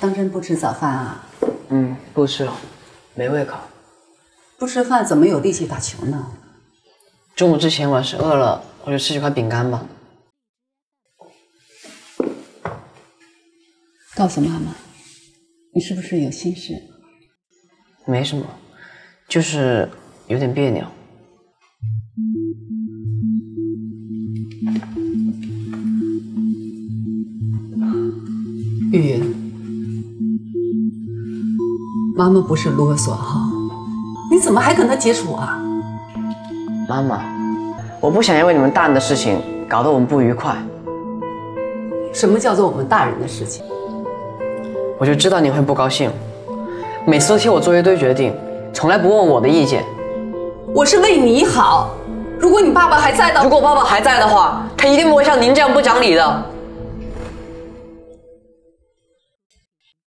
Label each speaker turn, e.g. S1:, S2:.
S1: 当真不吃早饭啊？
S2: 嗯，不吃了，没胃口。
S1: 不吃饭怎么有力气打球呢？
S2: 中午之前我要是饿了，我就吃几块饼干吧。
S1: 告诉妈妈，你是不是有心事？
S2: 没什么，就是有点别扭。
S1: 玉云，妈妈不是啰嗦哈、你怎么还跟他接触啊？
S2: 妈妈，我不想因为你们大人的事情搞得我们不愉快。
S1: 什么叫做我们大人的事情？
S2: 我就知道你会不高兴，每次都替我做一堆决定，从来不问我的意见。
S1: 我是为你好。如果你爸爸还在的，
S2: 如果爸爸还在的话，他一定不会像您这样不讲理的。